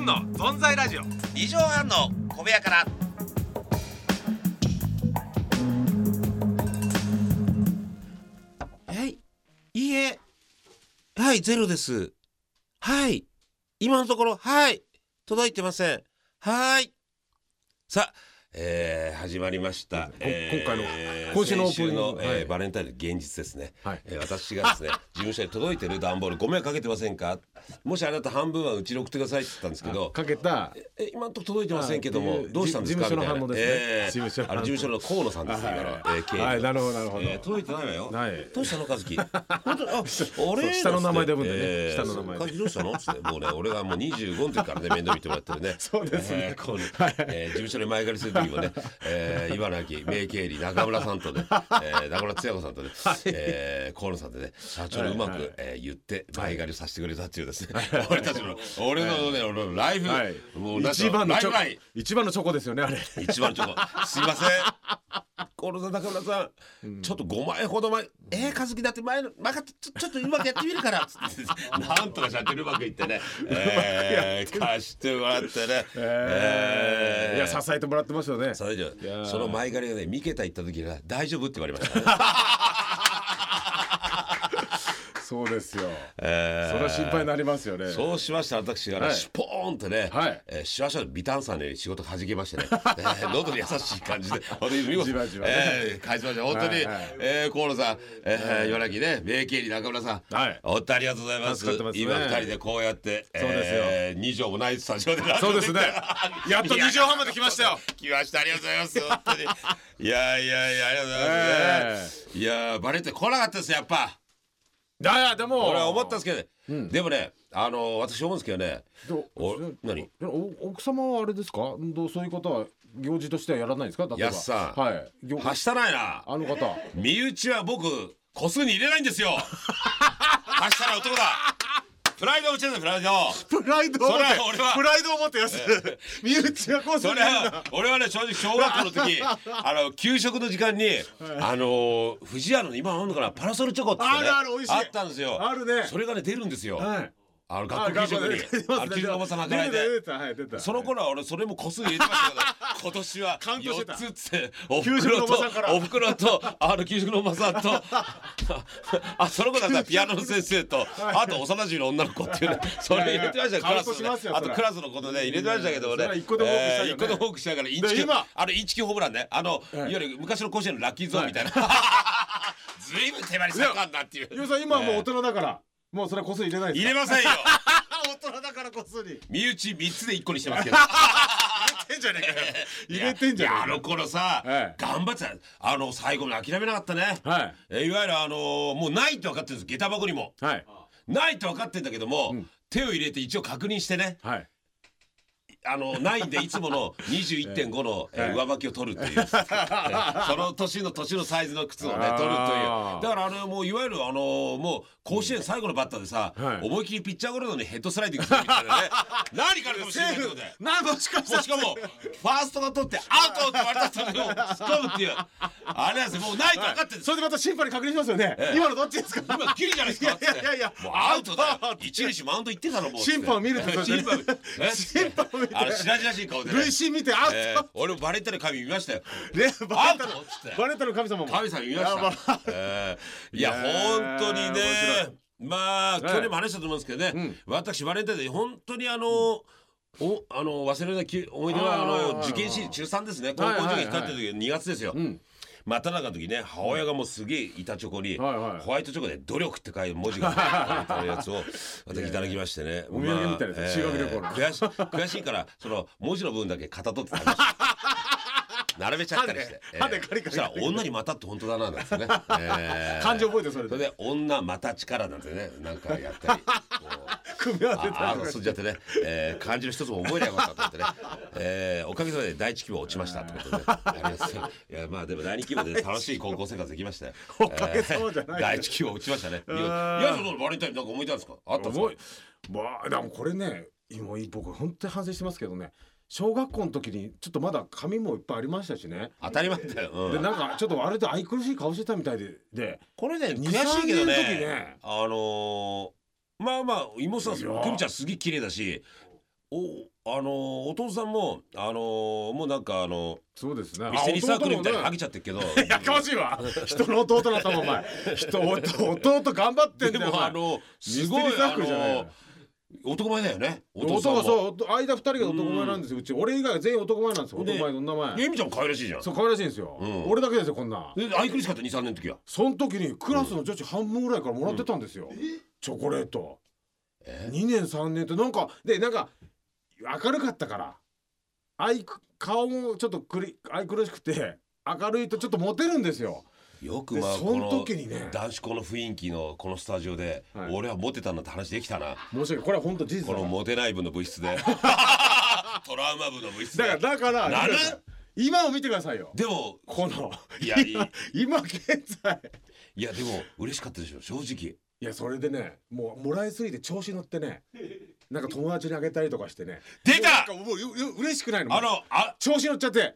の存在ラジオ二畳半の小部屋からはいいいえはいゼロですはい今のところはい届いてませんはいさあえー、始まりました、えー今回の今週のオープニ先ング週のえーはいバレンタインの現実ですね、はいえー私が ですね事務所に届いてる段ボールご迷惑かけてませんかもしあなた半分はうちに送ってくださいって言ったんですけどかけたえ今のとこ届いてませんけどあっもていうどうしたんですかじ事務所のみたいな反応ですねええ事務所のあ反応の事務所の河野さんですね今のはえー経理のはいなるほどなるほど、えー届いてないわよないどうしたの和 樹本当にあそ俺う下の名前で呼ぶんでねえー下の名前で和樹どうしたのっつってもうね俺がもう25の時からね面倒見てもらってるね そうですえねーこ うねえー事務所に前借りする時もね、えー、今の秋名経理中村さんとね、えー、中村つや子さん とね、えー河野さんでね社長にうまく、はいはいえー言って前借りさせてくれたっていうですね 俺たちの俺のね俺のライフ、はいもうなんか一番のライチフョコライン一番のチョコですよねあれ一番ちょっとすいません河野さん中村さん、ちょっと5枚ほど前えー、和樹だって前の前かちょちょっとうまくやってみるからつって なんとか社長 にうまくいってね、えー、貸してもらってね、えーいや支えてもらってますよねそれ以上やーその前借りがね三桁行った時には大丈夫って言われましたね、 そうですよえーそれは心配になりますよねそうしました私がね、はいシュポーンとね、はいえーシュワシュワのビタンさんのように仕事が弾けましてね、 えー喉に優しい感じで本当に見事じわじわねえー返しました本当に、はいはいえー河野さん、えー、岩木ね名経理中村さん、はい本当にありがとうございます助かってますね今二人でこうやってそうですよえー、2畳もないスタジオでそうです ねやっとい2や畳半まで来ましたよ来ましたありがとうございます本当にいやいやいやありがとうございます、いやーバレてこなかったですやっぱいやいやでも俺は思ったんですけどね、でもねあの私思うんですけどねどおど何お奥様はあれですかどうそういうことは行事としてはやらないんですか例えばやっさんはい行はしたないなあの方身内は僕個数に入れないんですよはしたない男だプライドを打ちるんだプライドプライドを持ってそれは俺はプライドを持ってやす身内がこうすそるれは俺はね正直小学校の 時あの給食の時間にあの不二家の今あんのかなパラソルチョコってねあるある美味しいあったんですよあるねそれがね出るんですよはいあの学校給 食にあの給食のおばさん働いて出てた出てたはい出てたその頃は俺それも個数入れてましたけど 今年はカウントしてた4つっつっておふ給く食のろおとばさんからおふくろとあの給食のおばさんと あその子だったらピアノの先生とあと幼馴染の女の子っていうねそれ入れてましたよいやクいやラスカウントしますよあそとれクラスのことね入れてましたけどそれはね一個でも多くしたよねえー一個でも多くしたからインチでキ今あのインチキホームランねあのいわゆる昔の甲子園のラッキーゾーンみたいな ずいぶん手張りしたかんなっていうゆうさん今はもう大人だからもうそれはこそ入れないで入れすませんよあ大人だからこそに身内3つで1個にしてますけど入れてんじゃねえかよ入れてんじゃいねやあえかの頃さ、ええ頑張ってたあの最後まで諦めなかったね、はいえいわゆるあのもうないと分かってるんです下駄箱にもはいないと分かってんだけども、うん手を入れて一応確認してねはいあのないんでいつも の21.5の、えええ上履きを取るっていう、ええその年の年のサイズの靴をね取るというだあーからあれもういわゆるあのもう甲子園最後のバッターでさ、はい思いっきりピッチャーゴロのにヘッドスライディングするみたい なね何からかもしれないってことで。なもしかしもうしかもファーストが取ってアウトって言われたそれを突っ込むっていうあれなんですよもうないと分かってるんですそれでまた審判に確認しますよねええ今のどっちです か今ギリじゃないですかっつっていやいやいやもうアウトだよ一塁手マウンド行ってたのもう審判を見るってとこと審判え審判を見てあの白々しい顔でね類似見てアウえー俺もバレンタインの神見ましたよトねアバウレトたっのつってバレたの神様も神様見まいやしたえーいやいやー本当にね面白いまあい去年も話したと思うんですけどねん私バレンタインで本当にあのおあの忘れないき思い出はあーあの受験シーズン中3ですね高校受験控えてる時2月ですよん真った中の時ね母親がもうすげえ板チョコにはいはいホワイトチョコで「努力」って書いて文字が書いてあるやつを私いただきましてねお土産みたいですねまあ修学旅行のえー悔し悔しいからその文字の部分だけ型取って食べ ました並べちゃったりして歯で歯でカリカリそしたら女にまたって本当だななんです ね、えー漢字覚えてそれそれでで女また力なんてねなんかや ったりこう組み合わせあたありとのかそんじゃってね、えー、漢字の一つも覚えなかったと思ってね、えー、おかげさまで第一希望落ちましたって ことで、ね、ありがとうございますいやまあでも第二希望でね楽しい高校生活できましたよ おかげさまじゃないえー第一希望落ちましたねいやんいやそのバレンタインなんか思い出あるんですかあったんですか重いまあでもこれね今僕本当に反省してますけどね小学校の時にちょっとまだ髪もいっぱいありましたしね当たり前だよ、うでんなんかちょっと割と愛くるしい顔してたみたいででこれね2悔しいけどね3年の時ねあのー、まあまあ妹さんいや久美ちゃんすげえ綺麗だしおあのお父さんもあのもうなんかあのそうですねミステリーサークルみたいにあハゲちゃってるけど弟もね やかましいわ人の弟だったもんお前人弟弟頑張ってんでだよおも前あのミステリすごいーサークルじゃないのあの男前だよねお父さん男もがそうお間二人が男前なんですようち俺以外は全員男前なんですよで男前の名前ゆみちゃんも可愛らしいじゃんそう可愛らしいんですようん俺だけですよこんなで愛くるしかった23年の時はその時にクラスの女子半分ぐらいからもらってたんですよチョコレートえ2年3年ってなんかでなんか明るかったから愛く顔もちょっとくり愛くるしくて明るいとちょっとモテるんですよよくでまあそこのの時にね男子校の雰囲気のこのスタジオではい俺はモテたんだって話できたな申し訳ないこれは本当事実こだのかモテない部の部室 でトラウマ部の部室でらだからだなからる今を見てくださいよでもこのいやいい今現在いやでも嬉しかったでしょ正直いやそれでねもうもらいすぎて調子乗ってねなんか友達にあげたりとかしてね出たもうなんかもううう嬉しくないのあのあ調子乗っちゃって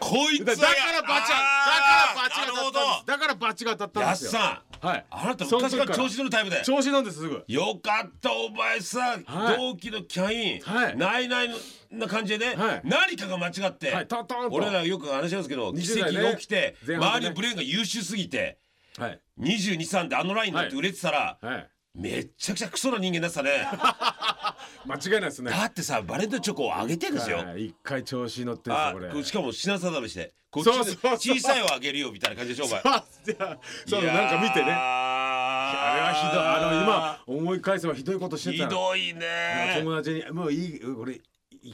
こいつだからバチあーなるほがどだからバチが当たったんですだからバチが当たっやっさんたんですよはいあなた昔から調子乗るタイプで調子なんですすぐよかったお前さ、はい同期のキャイン、はいないないな感じでね、はい何かが間違って、はいトントンと俺らよく話しますけど奇20跡代ねが起きて、前半ね周りのブレーンが優秀すぎてはい223であのラインになって売れてたら、はいめっちゃくちゃクソな人間だったね 間違いないですねだってさバレンタインチョコをあげてるんですよ、はい一回調子乗ってんあですよここれうしかも品定めしてこっちそうそうそう小さいをあげるよみたいな感じでしょお前あじゃあ そうなんか見てねあれはひどいあの今思い返せばひどいことしてたひどいね友達に「もういいこれ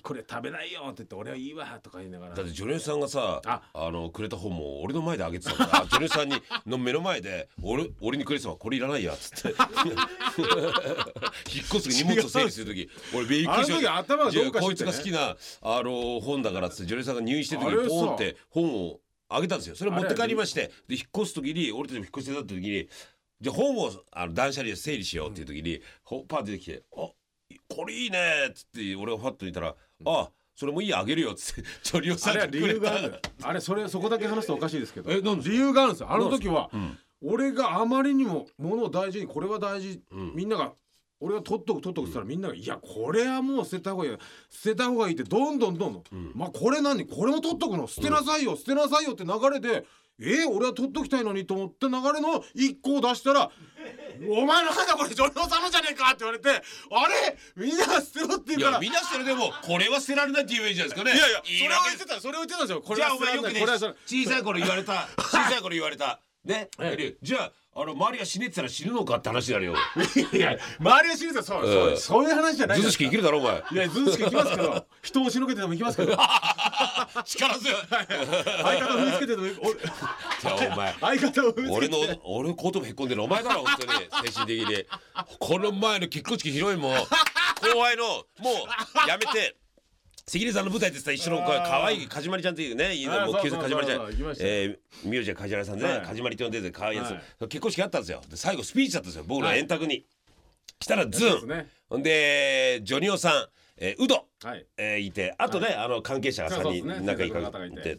これ食べないよ」って言って「俺はいいわ」とか言いながらだってジョネさんがさああのくれた本も俺の前であげてた からジョネさんにの目の前で俺俺にくれてたのこれいらないやっつって 引っ越す時荷物を整理する時俺びっくりしあの時た頭がどうかいやこいしつててねが好きなあの本だからっつってジョネさんが入院してる時あにれさポーンって本をあげたんですよそれ持って帰りましてで引っ越す時に俺たちも引っ越してた時にじゃあ本をあの断捨離で整理しようっていう時に、ほパー出てきて「あこれいいね」っつって俺がファッと見たら「あそれもいいやあげるよ」っつって ジョニオさあんれはが理くれ由がたあるのよあれそれそこだけ話すとおかしいですけどえなんで理由があるんですよあの時はうん俺があまりにもものを大事にこれは大事うんみんなが俺が取っとく取っとくって言ったらみんなが「いやこれはもう捨てた方がいい捨てた方がいい」ってどんどんどんどんうん「まあこれ何これも取っとくの捨てなさいよ捨てなさいよ」って流れで「えー、俺は取っときたいのに」と思って流れの一個を出したら「お前なんだこれジョニオさんのじゃねえか」って言われて「あれみんなが捨てろ」ってい言うかやらみんなそれでもこれは捨てられないっていうイメージなんですかねいやいや、そいれわをけ言ってた、それを言ってたんですよ。これじゃはあお前よく捨てねらんないこれは 小さい頃言われた 小さい頃言われた ね、はいいるじゃああの周りが死ねってたら死ぬのかって話になるよそれ。いやいや、周りは知るんですよ。そう、うそんう、そういう話じゃないずでずすし。く生きるだろお前いや、ずうずしく行きますけど、人を押しのけてでも行きますけど、力強い相方を踏みつけてでも、 じゃあお前お相方を踏みつけて。俺の俺の言葉へっこんでるのお前だろ本当 に精神的にこの前の結婚式広いもん後輩のも うやめて関根さんの舞台でさ一緒の子が可愛いかじまりちゃんっていうねいいあのもうーそう旧そ姓うかじまりちゃんそうそう行きましたよえー名字はかじまりさんではねいかじまりって呼んでて可愛いやはいつ結婚式あったんですよで最後スピーチだったんですよ僕の円卓にしたらズそうですンね。ほんでジョニオさんえーウドはい。えーいてあとねあの関係者が3そうそうです人ね仲いい制作の方方がいいてて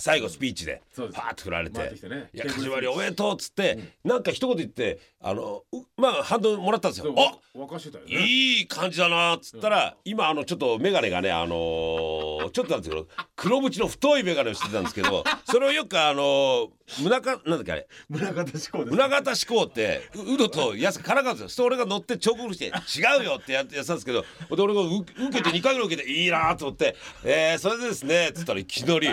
最後スピーチでパそうですーッと振られて回ってきてねいや始まりおめでとう」っつってなんか一言言ってあのうまあ反応もらったんですそよう。あ沸かしてたよね。いい感じだなっつったら今あのちょっと眼鏡がねあのーちょっとなんですけど黒縁の太い眼鏡をしてたんですけ どそれをよくあのー胸かなんだっけあれ村方志向です。宗像志向ってううどとやすからかったんですよそして俺が乗って彫刻して「違うよ」ってやってやってたんですけどで俺がう受けて2回ぐらい受けて「いいな」と思って「えー、それでですね」っつったらいきなり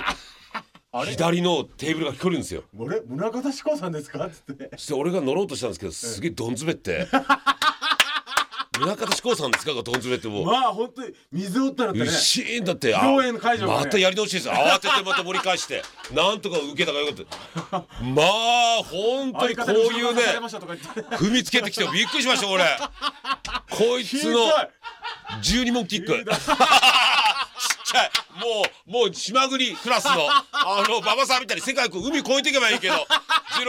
左のテーブルが聞こえるんですよ。俺、村方志向さんですかつって。そして俺が乗ろうとしたんですけどすげえどん詰め って「宗像志向さんですか?」がどん詰めってもう。まあ、本当に水をったらってうっね。しーんだってあ披露宴会場がねまたやり直しです慌ててまた盛り返 してなんとか受けたからよかったまあ本当に相こ方うにいうね後ろから刺されましたとか言って踏みつけてきてびっくりしました 俺こいひつどいの12問キックちっちゃいもうもう島国クラスのあの馬場さんみたいに世界を海越えていけばいいけど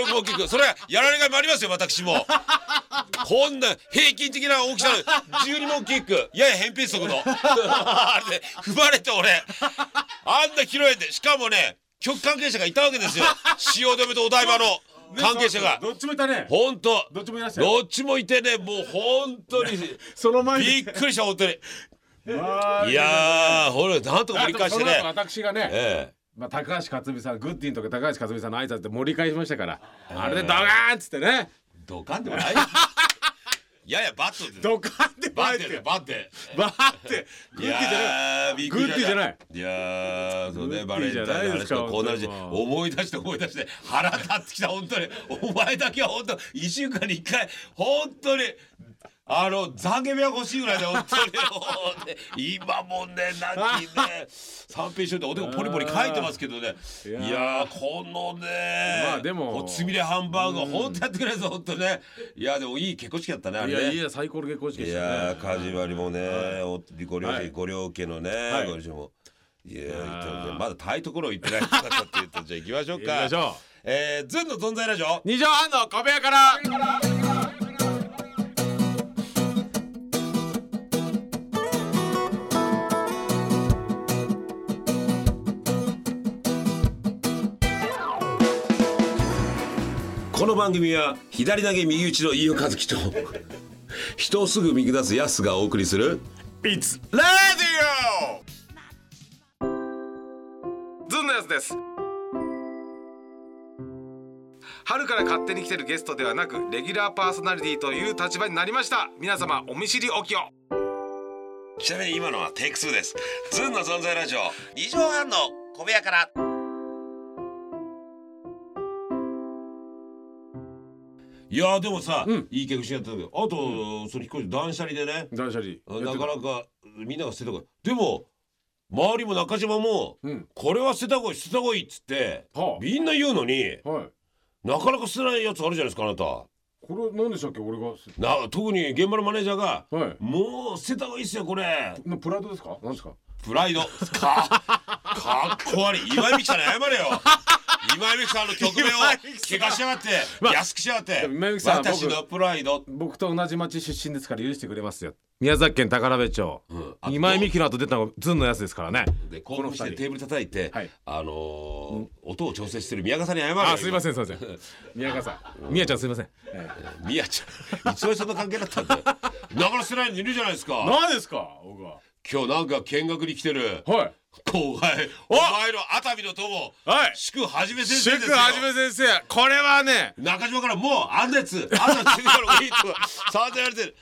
16問キックそれやられがいもありますよ私もこんな平均的な大きさの12問キックやや扁平足のあれで踏まれて俺あんな広いんでしかもね局関係者がいたわけですよ汐留とお台場のね関係者がどっちもいたね。本当どっちもいらっしゃる。どっちもいてねもう本当にその前びっに。くりした本当にいいやーほらなんとか盛り返してね私がね、えまあ、高橋克実さんグッディンとか高橋克実さんの挨拶で盛り返しましたから、あれでドカーンっつってねえドカンでもないい やいやバットでドカーンってババッッテてだよバッテバーってグッディンじゃないないグッディじゃないいやーそうねグバッデレィンじゃタなインいので話すかとこうなるし本当に思い出して思い出して腹立ってきた本当にお前だけは本当一週間に一回本当にあの懺悔部屋欲しいぐらいで本当にもうね今もね何期 ね三平師匠っておでこポリポリ書いてますけどねいいやーやーこのねまあでもおつみれハンバーグは本当やってくれるぞ本当ねいやでもいい結婚式だったねあいれねやいや最高の結婚式でいしたねやー、カジマリもね、おご両は家、いご両家のね、いご両親も。いやー、言あーってますねまだ遠いところ行ってない人だったって言うと、じゃあ、行きましょうか。 行きましょうえー、ずんの存在ラジオ。二畳半の小部屋からこの番組は左投げ右打ちの飯尾和 樹と。人をすぐ見下すやすがお送りする。いつラジズンのやつです春から勝手に来てるゲストではなくレギュラーパーソナリティという立場になりました皆様お見知りおきをオ。ちなみに、今のはテイク2です。ずんの存在ラジオ。二畳半の小部屋から。いやーでもさ、うんいい客しやったけどあと、その飛行機断捨離でね、断捨離なかなかみんなが捨てた声でも周りも中島もうん「これは捨てた声捨てた声」っつってはみんな言うのにあはいなかなか捨てないやつあるじゃないですかあなたこれ何でしたっけ俺がな特に現場のマネージャーがはい「もう捨てた方がいいっすよこれなプライドですか何ですかプライド」かかっこ悪い今井美樹さんに謝れ よ今井美樹さんの曲名を今井美樹怪我しやがってまあ安くしやがってでも今井美樹さんは僕私のプライド僕と同じ町出身ですから許してくれますよ宮崎県宝部町、ん今井美樹の後出たのがズンのやつですからねで興奮しこての二人テーブル叩いてはいあのー音を調整してる宮川さんに謝れよあすいませんすいません 宮川さん宮ちゃんすいません、ええミヤちゃん、一応その関係だ ったんだよ。なかなかしてないのいるじゃないですか。何ですか僕は今日なんか見学に来てるはい後輩、お前の熱海の友、はい祝はじめ先生シェでクすよ。はじめ先生これはね中島からもうあんなやつ、あんなついてからもいい とか、散々やられてる。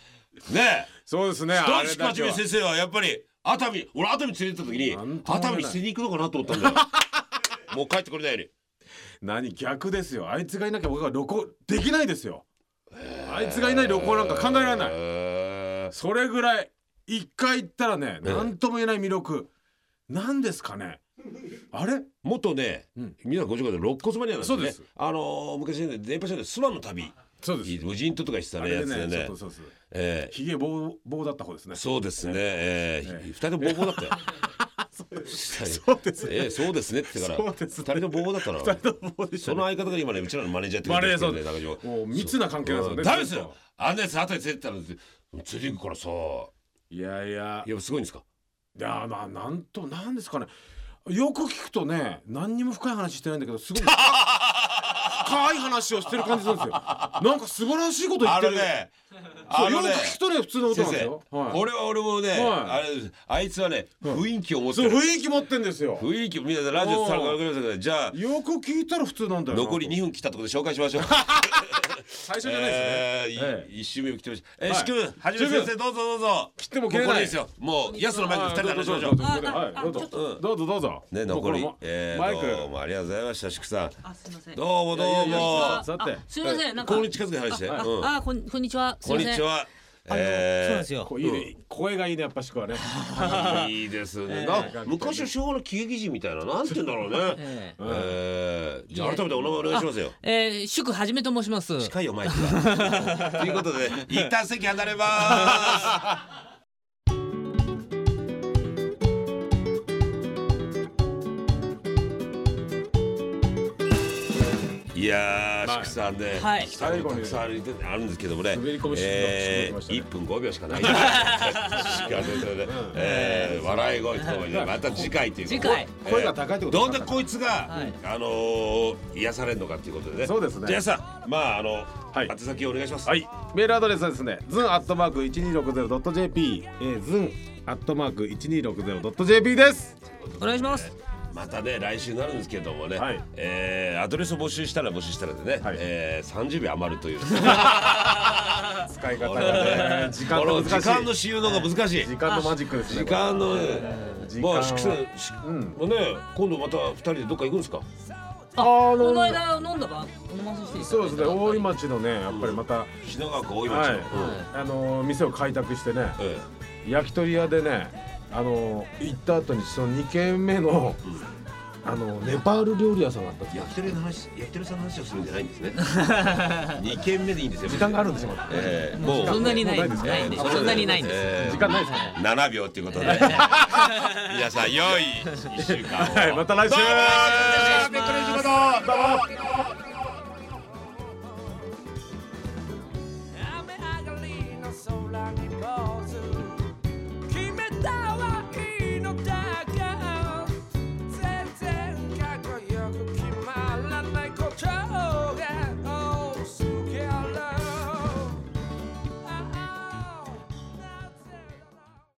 ねそうですねえ、あ男れ子はだじけめは先生はやっぱり熱海、俺熱海連れてった時になんと熱も言えない海捨てに行くのかなと思ったんだ よ。もう帰ってこれないように。何逆ですよあいつがいなきゃ僕は旅行できないですよあいつがいない旅行なんか考えられなへいえそれぐらい一回行ったらねええ何とも言えない魅力何ですかねあれ元ね、うん皆さんご存知の肋骨マニアなんですそうねです。あのー昔ね、電波車でスワンの旅。そう無人島とかしてたあねやれつででねねそうそうそうええひげぼうぼうだった方ですねそうですねえええ二人ともボーボーだったよ そうですねええそうですねって言ってからそうです二ね人ともボーボーだったの二人とも棒でしたそねの相方が今ねうちらのマネージャーやってるんですけどね中島もう密な関係なんですようねんダメですずっよとあんなやつ後に連れてったら連れて行くからさいやいやいやすごいんですかいやまあなんとなんですかねよく聞くとね何にも深い話してないんだけど すごい深い話をしてる感じなんですよなんか素晴らしいこと言っあてのるねそあうよのくね聞くとね普通のこと先なんで生すよ、これは俺もねあはいれですあいつはね雰囲気を持ってそうる雰囲気持ってんですよ雰囲気みんなでラジオ伝わるか分かりませんけどじゃあよく聞いたら普通なんだよな残り2分切ったところで紹介しましょう最初じゃないですね、ええーい一周目を来てました。えー、はいしくん、はじめ先生、どうぞどうぞ。切っても切これこないでいいですよ。もう、やすの前で二人で話しましょどうぞどうぞはいどうぞう。うんどうぞどうぞね、残りもうこ、れえー、マイクどうもありがとうございました、しくさん。あ、すみません。どうもどういやいやいもや。座ってあすみません。なんか。ここに近づけ話して。うん。あ、こあこん、こんにちは。すんにみません。ちは。あのそうなんですよ。よこ。ういいね声がいいねやっぱしくはねいいですね。なんか昔の昭和の喜劇人みたいな、なんて言うんだろうね。 えーえー、じゃあ改めてお名前お願いしますよ。えー、祝はじめと申します。近いよマイク が。ということで一旦席離れます。いやーやー、しくさんね、はい聞きたいことたくさんあるあるんですけどもね。滑り込みしえましたー、ね一分五秒しかない。しかね、それで、えー、笑い声とともにね、また次回ということで。次回えー声が高いってことどんなこいつがはい、あのー、癒されるのかということでね。そうですねじゃあさ、まあ、あの、はい宛先お願いします。はい、メールアドレスはですね、ズンアットマーク一二六ゼロドット jp、えー、ズンアットマーク一二六ゼロドット jp です。お願いしますまたね来週になるんですけどもね、はいえーアドレスを募集したら募集したらでね、はいえー、30秒余る という使い方がね、時間このの時難しい。間の使用の方が難しい時間のマジックですね。時間の時間まはあしくさんしうんもうね今度また二人でどっか行くんですかああのこの間飲んだば飲ませていただいたそうですね、大井町のね、やっぱりまた、品川区大井町の、はいうん、あのー店を開拓してね、え焼き鳥屋でね、あのー行った後にその二軒目の、あのーネパール料理屋さんがあったえんですよ。焼き鳥の話焼き鳥さんの話をするんじゃないん ですね二軒目でいいんですよ時間があるんですよ。まだええもうそんなにないもうないですかないんですええそんなにないんですええ時間ないですね。 7秒っていう ことで、皆さん良い1週間を、はいまどうもーた来週お願いしますペットレジェンドどうも